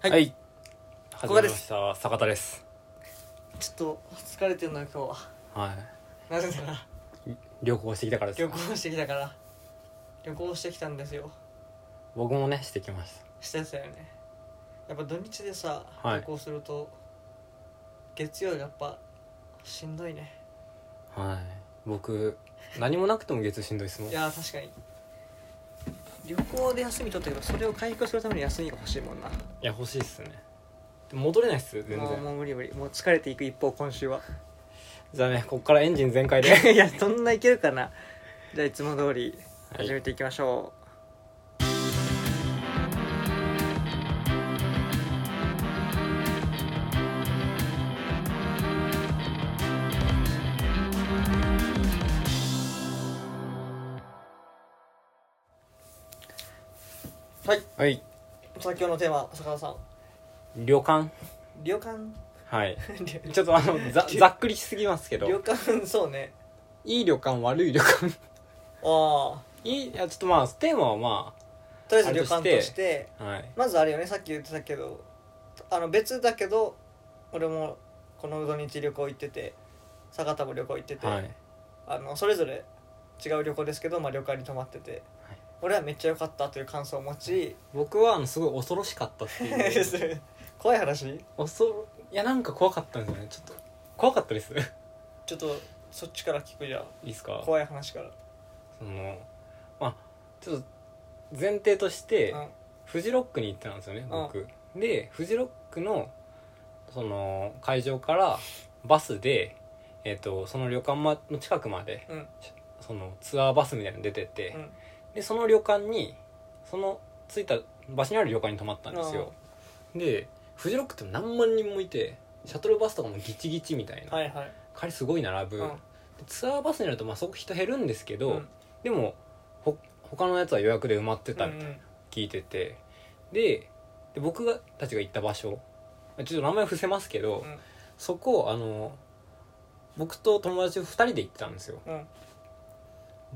はい、はい。始こまこりでますした坂田ですちょっと疲れてるな今日ははなぜならい旅行してきたからです旅行してきたから旅行してきたんですよ僕もねしてきまししてたよねやっぱ土日でさ、はい旅行すると月曜やっぱしんどいねたはい僕何もなくても月しんどいですもんいやー確かに旅行で休み取ったけどそれを回復するために休みが欲しいもんないや欲しいっすねでも戻れないっす全もう然もう無理無理もう疲れていく一方今週はじゃあねこっからエンジン全開で いやそんないけるかなじゃあいつも通りはい始めていきましょうはい、 はいさあ今日のテーマ坂田さん旅館旅館はい旅ちょっとあの ざざっくりしすぎますけ旅ど館そうねいい旅館悪い旅館ああいいいやちょっとまあテーマはまとりあえず旅館とあれとししてあはいまずあれよねさっき言ってたけどあの別だけど俺もこの土日旅行行ってて坂田も旅行行ってて、はいあのそれぞれ違う旅行ですけど、まあ、旅館に泊まってて、はい俺はめっちゃ良かったという感想を持ち僕はあのすごい恐ろしかったっていう 怖い話恐ろいやなんか怖かったんですよねちょっと怖かったですいちょっとそっちから聞くじゃんいですか怖い話から、そのまあちょっと前提としてうん、フジロックに行ってたんですよね僕でフジロックのその会場からバスで、えっとその旅館まの近くまでうんそのツアーバスみたいなの出てって、うんでその旅館にその着いた場所にある旅館に泊まったんですよでフジロックって何万人もいてシャトルバスとかもギチギチみたいな、はいはい彼すごい並ぶ、うんでツアーバスになるとまあそこ人減るんですけど、うんでもほ他のやつは予約で埋まってたみたいな聞いてて、でで僕がたちが行った場所ちょっと名前伏せますけど、うんそこあの僕と友達2人で行ってたんですようんうん、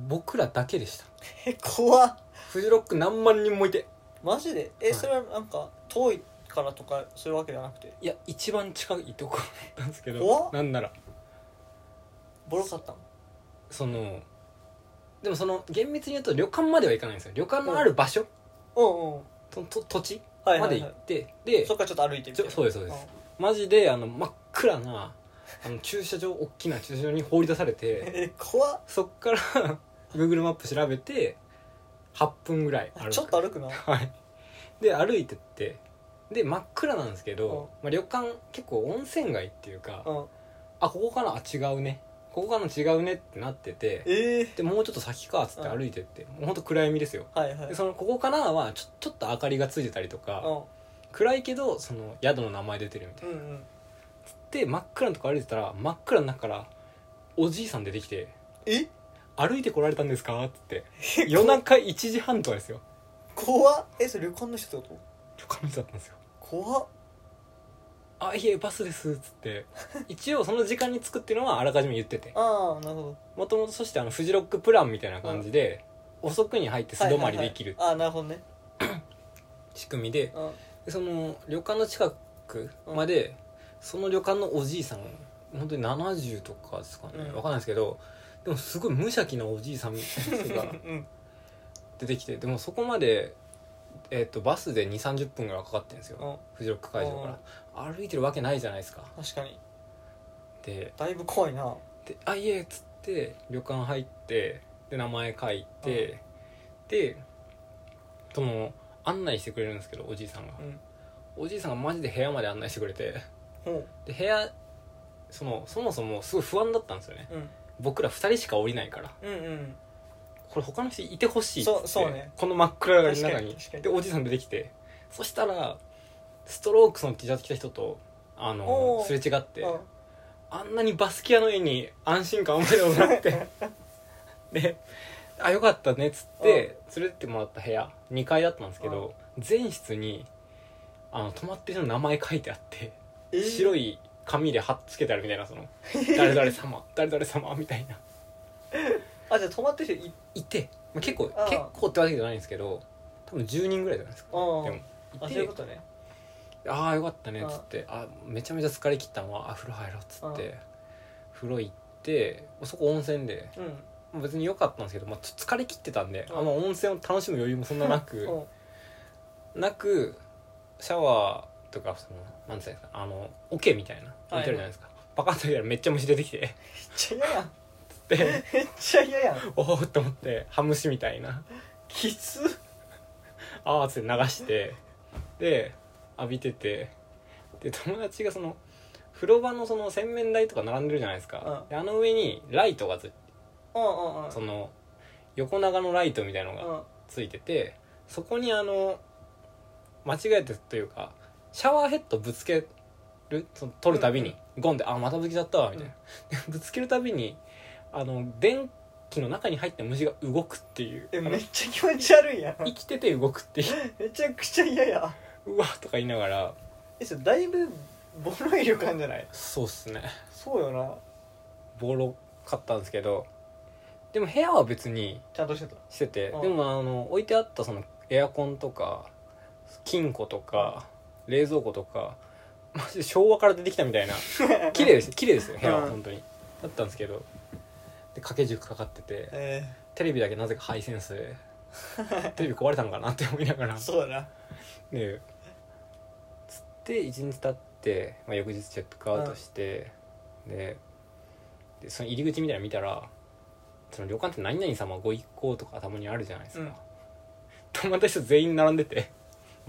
僕らだけでしたえ怖っフジロック何万人もいてマジでえ、はいそれはなんか遠いからとかそういうわけじゃなくていや一番近いとこだったんですけ怖どっなんならボロかったのそのでもその厳密に言うと旅館までは行かないんですよ旅館のある場所、うんうんとと土地はいまはでい、行はって、い、でそっからちょっと歩いてみちたいょなそうですそうですマジであの真っ暗なあの駐車場大きな駐車場に放り出されうん てえ怖っそっから Google マップ調べて8分ぐらい歩くちょっと歩くな はいで歩いてってで真っ暗なんですけうんど、まあ、旅館結構温泉街っていうか、うんあここかなあ違うねここかな違うねってなっててええでもうちょっと先かっつって歩いてって、もうほんと暗闇ですよはいはいでそのここかなはちょちょっと明かりがついてたりとか、暗いけどその宿の名前出てるみたいうなんうんうんで真っ暗のとこ歩いてたら真っ暗の中からおじいさん出てきてえ「歩いてこられたんですか?」っつって夜中1時半とかですよ怖っえそれ旅館の人ってこと旅館の人だったんですよ怖っ「あいえバスです」っつって一応その時間に着くっていうのはあらかじめ言っててああなるほどもともとそしてあのフジロックプランみたいな感じで遅くに入って素泊まりできるはいはいはいああなるほどね仕組みでうんでその旅館の近くまでその旅館のおじいさん本当に70とかですかねうん分かんないですけどでもすごい無邪気なおじいさんみたいな人が。 うん出てきてでもそこまで、えっとバスで2 3 0分ぐらいかかってるんですうよんフジロック会場から歩いてるわけないじゃないですか確かにでだいぶ怖いなで「あいえ」っつって旅館入ってで名前書いてでその案内してくれるんですけどおじいさんがうんおじいさんがマジで部屋まで案内してくれてほうで部屋そのそもそもすごい不安だったんですよねうん僕ら2人しか降りないからうんうんこれ他の人いてほしいっつってそうそうねこの真っ暗な中に確かに確かにでおじさん出てきてそしたらストロークスの T シャツ着た人とあおのーすれ違ってうんあんなにバスキアの絵に安心感を覚えてもらって で「あよかったね」っつって連れてってもらった部屋2階だったんですけど全室にあの泊まってる人の名前書いてあってえー白い紙で貼っつけてあるみたいなその「誰々様誰々様」みたいな あじゃあ泊まってる人いいて、まあ、結構ああ結構ってわけじゃないんですけど多分10人ぐらいじゃないですかああでもあいそういうてことね「ああよかったね」うっんつって「あめちゃめちゃ疲れ切ったのはあ風呂入ろう」っつって風呂行ってそこ温泉でうん別に良かったんですけど、まあ、ちょっと疲れ切ってたんでうんあんま温泉を楽しむ余裕もそんななくうんなくシャワーとかそのなんていうんですかあの桶みたいな置いてあるじゃないですか、パカッと開いたらめっちゃ虫出てきてめっちゃ嫌やん でめっちゃ嫌やんおおっと思ってハムシみたいなきつあーっつって流してで浴びててで友達がその風呂場のその洗面台とか並んでるじゃないですか、うんであの上にライトがつうんうんうんその横長のライトみたいのがうんついててそこにあの間違えてというかシャワーヘッドぶつけるその取るたびに、ゴンで「あまたぶつけちゃったわ」みたいな、でぶつけるたびにあの電気の中に入った虫が動くっていうえめっちゃ気持ち悪いやんあの生きてて動くっていうめちゃくちゃ嫌やうわとか言いながらえそれだいぶボロい旅館じゃないそうっすねそうよなボロかったんですけどでも部屋は別にちゃんとしてたしててうんでもあの置いてあったそのエアコンとか金庫とか冷蔵庫とかマジで昭和から出てきたみた いな綺麗です綺麗ですよ部屋うはん本当にだったんですけどで掛け軸かかっててえテレビだけなぜかハイセン スでテレビ壊れたのかなって思いながらー、そうだでつって1日経って、まあ、翌日チェックアウトして、ででその入り口みたいなの見たらその旅館って何々様ご一行とかたまにあるじゃないですか、うん友達と全員並んでて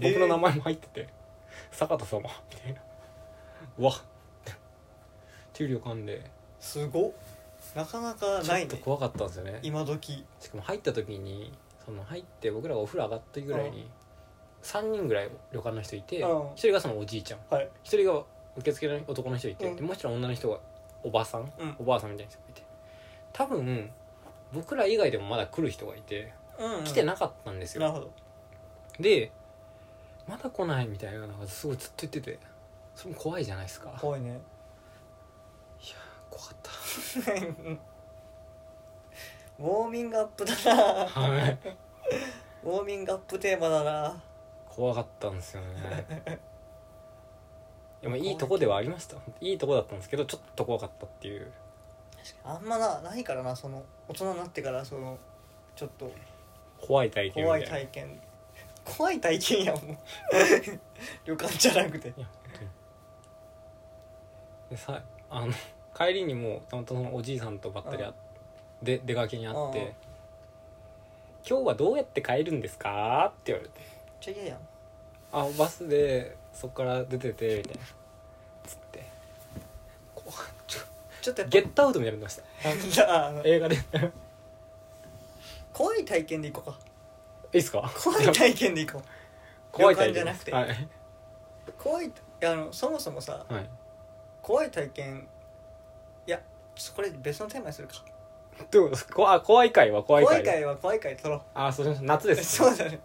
えー僕の名前も入ってて「坂田様」みたいな「うわっ」っていう旅館ですごっなかなかちなょっいとね怖かったんですよね今時しかも入った時にその入って僕らがお風呂上がった時ぐらいに3人ぐらい旅館の人いてうん1人がそのおじいちゃんはい一人が受付の男の人いて、うんでもう一人女の人がおばさん、うんおばあさんみたいな人がいて多分僕ら以外でもまだ来る人がいてうん、来てななかったんですなるよ、ほどでまだ来ないみたいなのがすごいずっと言っててそれも怖いじゃないですか怖いね 怖かっうんウォーミングアップだ なたはいウォーミングアップテーマだな怖かったんですよ ねでもいいとこではありましたいいとこだったんですけどちょっと怖かったっていうあんまなないからなその大人になってからそのちょっと怖い体験み怖いたいな体験怖い体験 やんもう旅館じゃなくていや本当にでさあの帰りにもうたまたまそのおじいさんとばったりあで出かけにあっうんうんて「今日はどうやって帰るんですか?」って言われてじゃ嫌やん「あバスでそこから出てて」みたいなつって怖いちょちょっとやっぱゲットアウトみたいになってましじ ゃああのた映画で い怖い体験で行こういっすかか 怖い体験で行こ怖い体験旅館じゃなくてはい、う怖いいやあのそもそもさはい、怖い体験いやちょっとこれ別のテーマにするかどういうことですかこあ怖い回は怖い怖回い回は怖い回で撮ろあそうしました夏でうすそうだね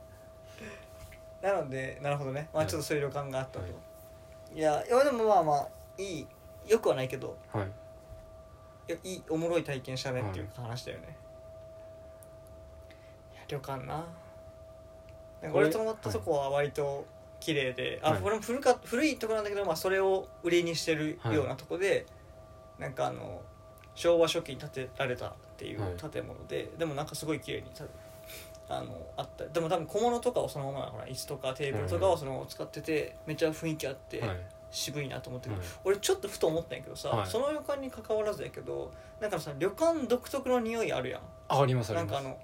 なのでなるほどねまあはいちょっとそういう旅館があったと、、はいやいやでもまあまあいいよくはないけどはいいやいいおもろい体験したねっていう話だよね、いや旅館ななんかこれ俺泊まったとこは割と綺麗で、はあいこれも古か古いとこなんだけど、まあ、それを売りにしてるはいようなとこで、なんかあの昭和初期に建てられたっていうはい建物で、でもなんかすごい綺麗にたあのあったでも多分小物とかをそのままほら椅子とかテーブルとかをそのまま使っててめっちゃ雰囲気あって、はい渋いなと思ってる、はい俺ちょっとふと思ったんやけどさ、はいその旅館に関わらずやけどなんかさ旅館独特の匂いあるやんあありますあなりんますかあの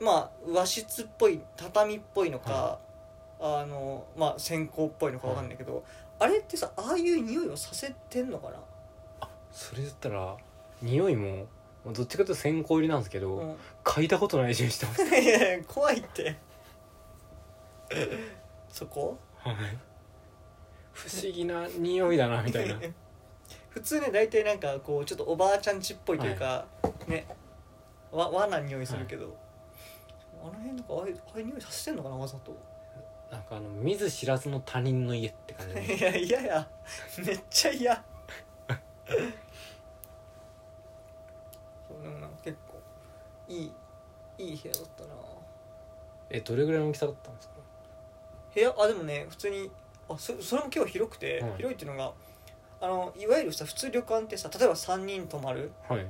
まあ和室っぽい畳っぽいのか、あのまあ線香っぽいのかわかんないけど、あれってさああいう匂いをさせてんのかな、それだったら匂いもまあどっちかというと線香入りなんですけど、うん、 嗅いだことない匂いしてますいやいや怖いってそこはい不思議な匂いだなみ たいな 普通ね大体なんかこうちょっとおばあちゃんちっぽいというか、ねわ和な匂いするけど、あの辺とかああいうああいう匂いさせてんのかなわざと なんかあの見ず知らずの他人の家って感じのいやいやいやめっちゃ嫌そうでもなんか結構いいいい部屋だったなえどれぐらいの大きさだったんですか部屋あでもね普通にあそそれも今日広くて、はい広いっていうのがあのいわゆるさ普通旅館ってさ例えば3人泊まるはい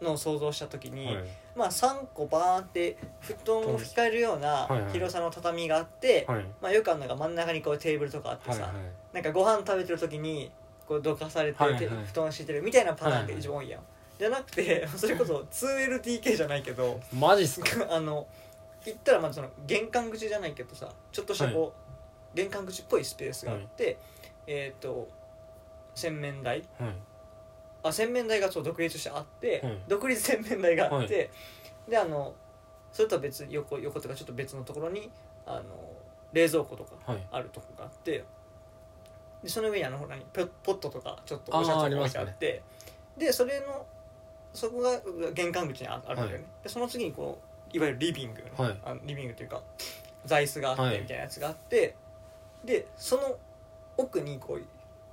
のを想像した時に、はいまあ3個バーンって布団を引かれるようなはいはい広さの畳があって、はいまあ、よくあるのが真ん中にこうテーブルとかあってはいさ、はいなんかご飯食べてる時にこうどかされて、はいはいて布団敷いてるみたいなパターンが一番多いやん、じゃなくて それこそ 2LDK じゃないけどマジっすかあの行ったらまずその玄関口じゃないけどさちょっとしたこう、玄関口っぽいスペースがあって、えっ、と洗面台はいあ洗面台がそう独立してあって、はい独立洗面台があって、であのそれとは別に横横とかちょっと別のところにあの冷蔵庫とかはいあるとこがあってでその上にあのほらにポポットとかちょっとあーおしゃれあなりのが置いますてねあってでそれのそこが玄関口にああるんだよね、はいでその次にこのいわゆるリビングよね、はいあのリビングというか座椅子があっはいてみたいなやつがあって、でその奥にこう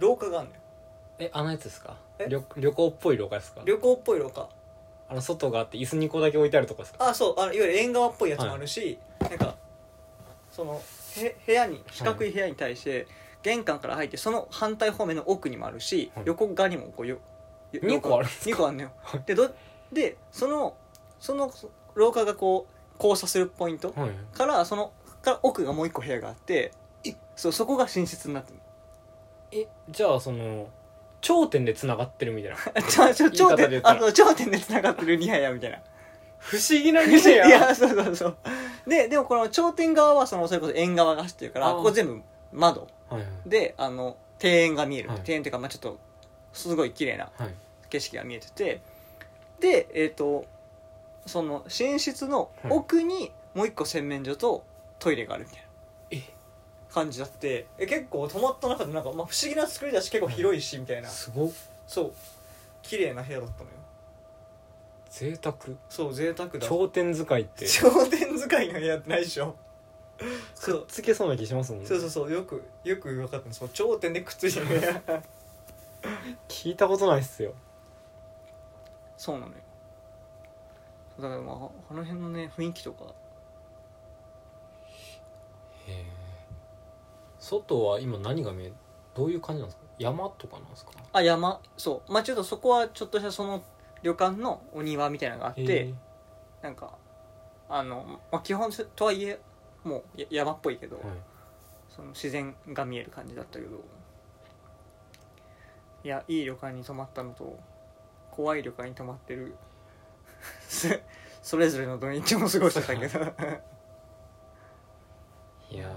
廊下があるんだよえあのやつですかえ旅旅行っぽい廊下ですか旅行っぽい廊下あの外があって椅子2個だけ置いてあるとこですかあそうあのいわゆる縁側っぽいやつもあるし、なんかそのへ部屋に四角い部屋に対して玄関から入ってその反対方面の奥にもあるし、はい横側にもこうよよ二個あるん2個あるのよでどでそのその廊下がこう交差するポイントはいからそのから奥がもう1個部屋があってそうそこが寝室になってるえじゃあその頂点でつながってるみたいな ち ょちょ言い頂方で言点ったあらの頂点でつながってる2部屋みたいな不思議ない店ややそうそうそうででもこの頂点側はそのそれこそ縁側が走ってるからあーここ全部窓はいであの庭園が見える、はい庭園っていうか、まあ、ちょっとすごい綺麗なはい景色が見えててでえっ、とその寝室のはい奥にもう一個洗面所とトイレがあるみたいなえ感じだってえ結構泊まった中でなんか、まあ、不思議な作りだし結構広いしみたいなすごっそう綺麗な部屋だったのよ贅沢そう贅沢だ頂点使いってくっ頂点使いの部屋ってないでしょそうつけそうな気しますもんねそうそうそうよくよく分かったのその頂点でくっついてる聞いたことないっすよ そうなのよだからまああの辺のね雰囲気とかへえ外は今何が見えどういう感じなんですか山とかなんですかあ山そうまあちょっとそこはちょっとしたその旅館のお庭みたいなのがあっへてなんかあの、まあ、基本とはいえもうや山っぽいけど、えはいその自然が見える感じだったけどいやいい旅館に泊まったのと怖い旅館に泊まってる すそれぞれの土日も過ごしてたけどいや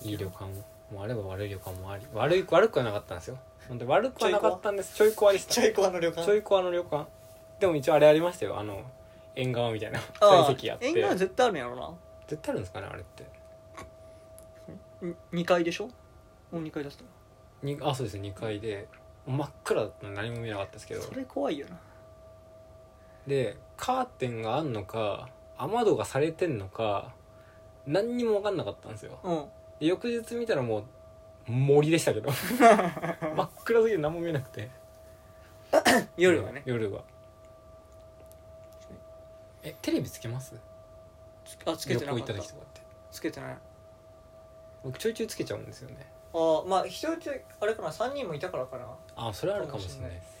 ーいい旅館もあれば悪い旅館もあり悪い悪くはなかったんですよ本当に悪くはなかったんですちょい怖でしたちょい怖の旅館ちょい怖の旅館でも一応あれありましたよあの縁側みたいなあ大席やって縁側絶対あるんやろ絶対あるんですかねあれってなに2階でしょもう2階だったにあそうですね2階で真っ暗だったので何も見えなかったですけどそれ怖いよなでカーテンがあんのか雨戸がされてんのか何にも分かんなかったんですようんで翌日見たらもう森でし たけど真っ暗すぎて何も見えなくて夜はね夜はえテレビつけますつあつけてなかった旅行行った時とかってつけてない僕ちょいちょいつけちゃうんですよねああまあ一人であれかな3人もいたからかなあそれはあるかもしれないです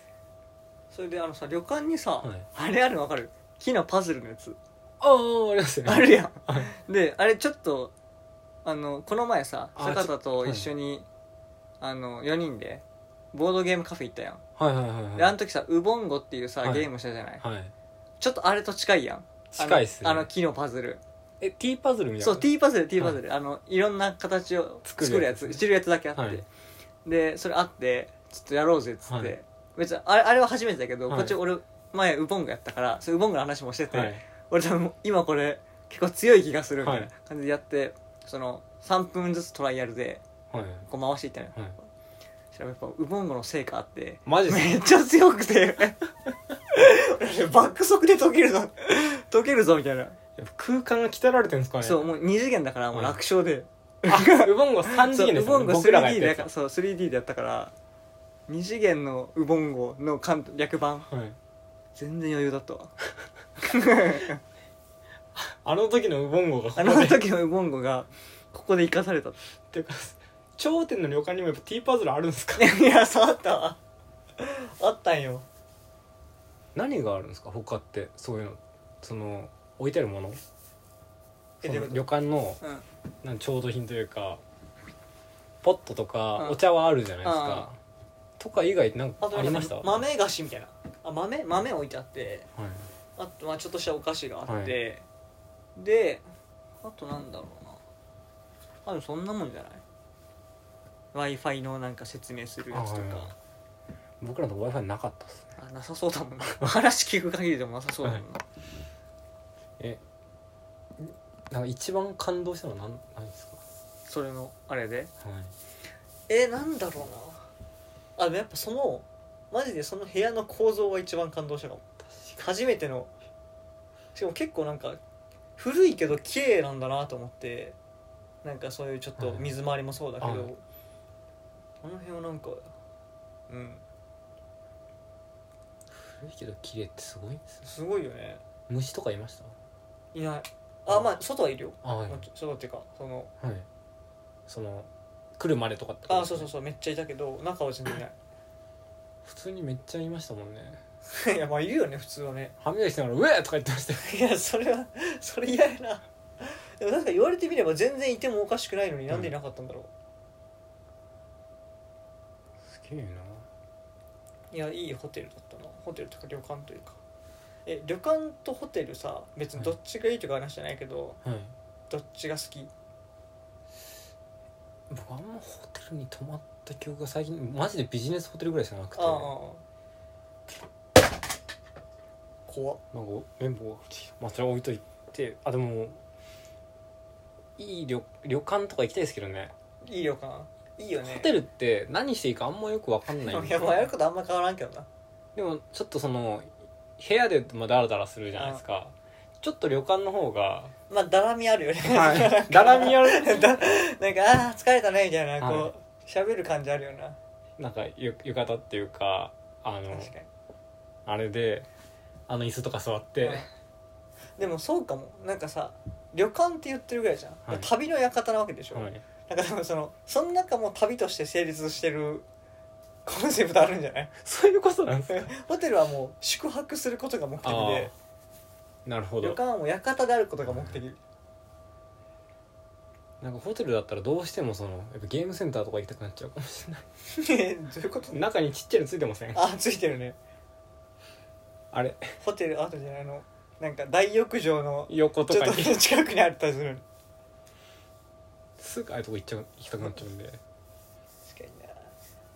それであのさ旅館にさ、はいあれあるのわかる木のパズルのやつああありますよねあるやはんであれちょっとあのこの前さあ坂田と一緒にあ,、の4人でボードゲームカフェ行ったやん、はいはいはいであはの時さウボンゴっていうさ、はいゲームしたじゃない、いはいちょっとあれと近いやん近いっすねあのあの木のパズルえティーパズルみたいなそう T パズル T パズル、い、あのいろんな形を作作るるややつつ知るやつだけあって、はいでそれあってちょっとやろうぜっつって、はい別にあれあれは初めてだけど、はいこっち俺前ウボンゴやったからそれウボンゴの話もしてて、はい俺多分今これ結構強い気がするみたいはない感じでやって、その3分ずつトライアルではいこう回していったのよ、はいそしたらやっぱウボンゴの成果あってマジっすかめっちゃ強くて 俺爆速で解けるぞ解けるぞみたいな、 やっぱ空間が鍛えられてるんですかねそうもう2次元だからもう楽勝で。あウボンゴ3次元ですそうウボよねンゴ僕らがや 3D っただやからつそう 3D でやったから二次元のウボンゴの簡略版はい全然余裕だった わあの時のウボンゴがあの時のウボンゴがここで生かさ れたていうか頂点の旅館にもやっぱティーパズルあるんですかいやそうあったわあったんよ 何があるんですか他ってそういうのその置いてあるものえどうそのいうこと旅館のうんなん調度品というかポットとうかんお茶はあるじゃないですかとか以外なんかあとあなりんかましたはい豆菓子みたいなあ豆豆置いてあってあとまあちょっとしたお菓子があって、であとなんだろうなあでもそんなもんじゃない w i f i のなんか説明するやつとあかは僕らの w i f i なかったっすねあなさそうだもんな 話聞く限りでもなさそうだもんな、なんか一番感動したのは何何ですかそれのあれではいえなんだろうなあでもやっぱそのマジでその部屋の構造が一番感動したかも初めてのしかも結構なんか古いけど綺麗なんだなと思ってなんかそういうちょっとはい水回りもそうだけど、はいこの辺はなんかうん古いけど綺麗ってすごいですねすごいよね虫とかいましたいないあまあ外はいるよ、あはいまあ外っていうかそのはいその来るまでとかってことあですそうねそうそうめっちゃいたけど中は全 然いな普通にめっちゃいましたもんねいいやまあいるよね普通はね歯磨きしながら「うえ!」とか言ってましたよいやそれはそれ嫌やなでもなんか言われてみれば全然いてもおかしくないのになんでいなかったんだろすげえなういやいいホテルだったなホテルとか旅館というかえ旅館とホテルさ別にどっちがいいとか話じゃないけど、はいどっちが好き僕あんまホテルに泊まった記憶が最近マジでビジネスホテルぐらいしかなくてああああ怖っなんか綿棒が落ちてきたまあそれは置いといてあでもいい旅旅館とか行きたいですけどねいい旅館いいよねホテルって何していいかあんまよくわかんないんいですやよまあやることあんま変わらんけどなでもちょっとその部屋でまあダラダラするじゃないですかちょっと旅館の方が、まあだらみあるよね、 ダラミあるだなんか「ああ疲れたね」みたいなはこいう喋る感じあるよななんかゆ浴衣っていうかあの確かにあれであの椅子とか座って、うんでもそうかもなんかさ旅館って言ってるぐらいじゃん、はい旅の館なわけでしょ、はいなんかでもそのその中も旅として成立してるコンセプトあるんじゃない そういうことなんですか ホテルはもう宿泊することが目的あであなるほ旅ど館はもう館であることが目的 なんかホテルだったらどうしてもそのやっぱゲームセンターとか行きたくなっちゃうかもしれないえどういうこと中にちっちゃいのついてま せんああついてるねれホテルあとじゃないあのなんか大浴場の横とちょかっとに近くにあったりするすぐああいうとこ行っちゃう行きたくなっちゃうんで確かにな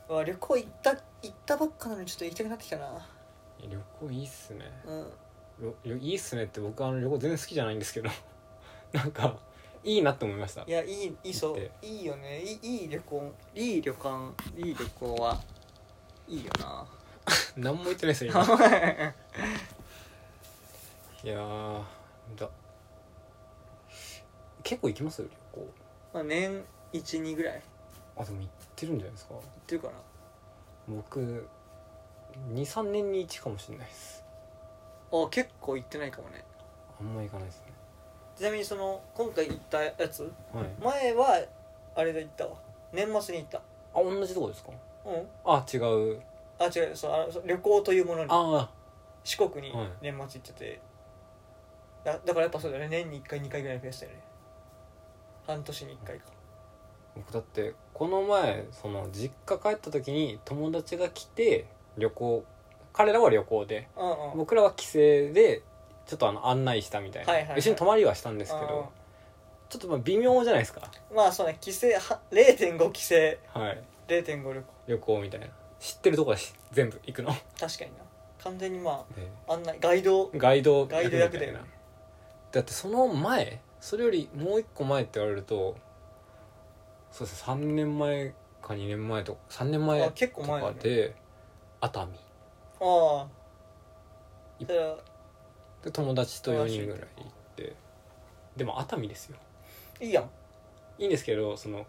うわ旅行行った行ったばっかなのにちょっと行きたくなってきたな旅行いいっすねうんよよいいっすねって僕あの旅行全然好きじゃないんですけど なんかいいなって思いましたいやいいいいそ行っういいよねいいいい旅行いい旅館いい旅行はいいよな何も言ってないですよ今 いやーだ結構行きますよ旅行まあ年12ぐらい行あでも行ってるんじゃないですかってるかな僕23年に1かもしれないですあ結構行ってないかもねあんま行かないですねちなみにその今回行ったやつはいあ前はあれで行ったわ年末に行った同じとこですかうんあ違うあ違うそうあそう旅行というものにあ四国にはい年末行ってて、だだからやっぱそうだよね年に1回2回ぐらいのペースだよね半年に1回かあ僕だってこの前その実家帰った時に友達が来て旅行彼らは旅行でうんうん僕らは帰省でちょっとあの案内したみたいな、はいはいはい一緒に泊まりはしたんですけどちょっとまあ微妙じゃないですかうんまあそうね規制は0.5規制はい0.5旅行旅行みたいな知ってるとこだし全部行くの確かにな完全にまであ案内ガイドガイドガイド役だよね だってその前それよりもう一個前って言われるとそうですね3年前か2年前とか3年前あと結構前だかねで熱海ああいそれはで友達と4人ぐらい行ってでも熱海ですよいいやん いいんですけどその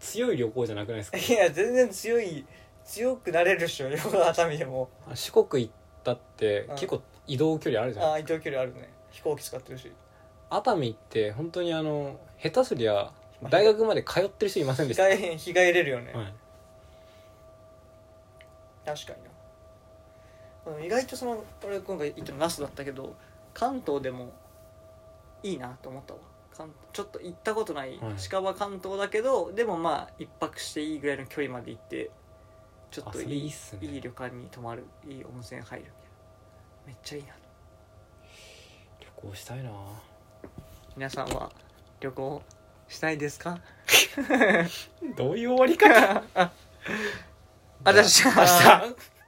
強い旅行じゃなくないですかいや全然強い強くなれるっしょ 横浜熱海でもあ四国行ったってうん結構移動距離あるじゃあないあ移動距離あるね飛行機使ってるし熱海って本当にあの下手すりゃ大学まで通ってる人いません日でした、帰り日帰れるよね、はい、確かになまあ意外とその俺今回行ったの那須だったけど関東でもいいなと思ったわ関ちょっと行ったことない、はい近場関東だけどでもまあ一泊していいぐらいの距離まで行ってちょっあとそれいいいいっすねいい旅館に泊まるいい温泉入るみたいなめっちゃいいな旅行したいな皆さんは旅行したいですかどういう終わり方あじゃあ明日明日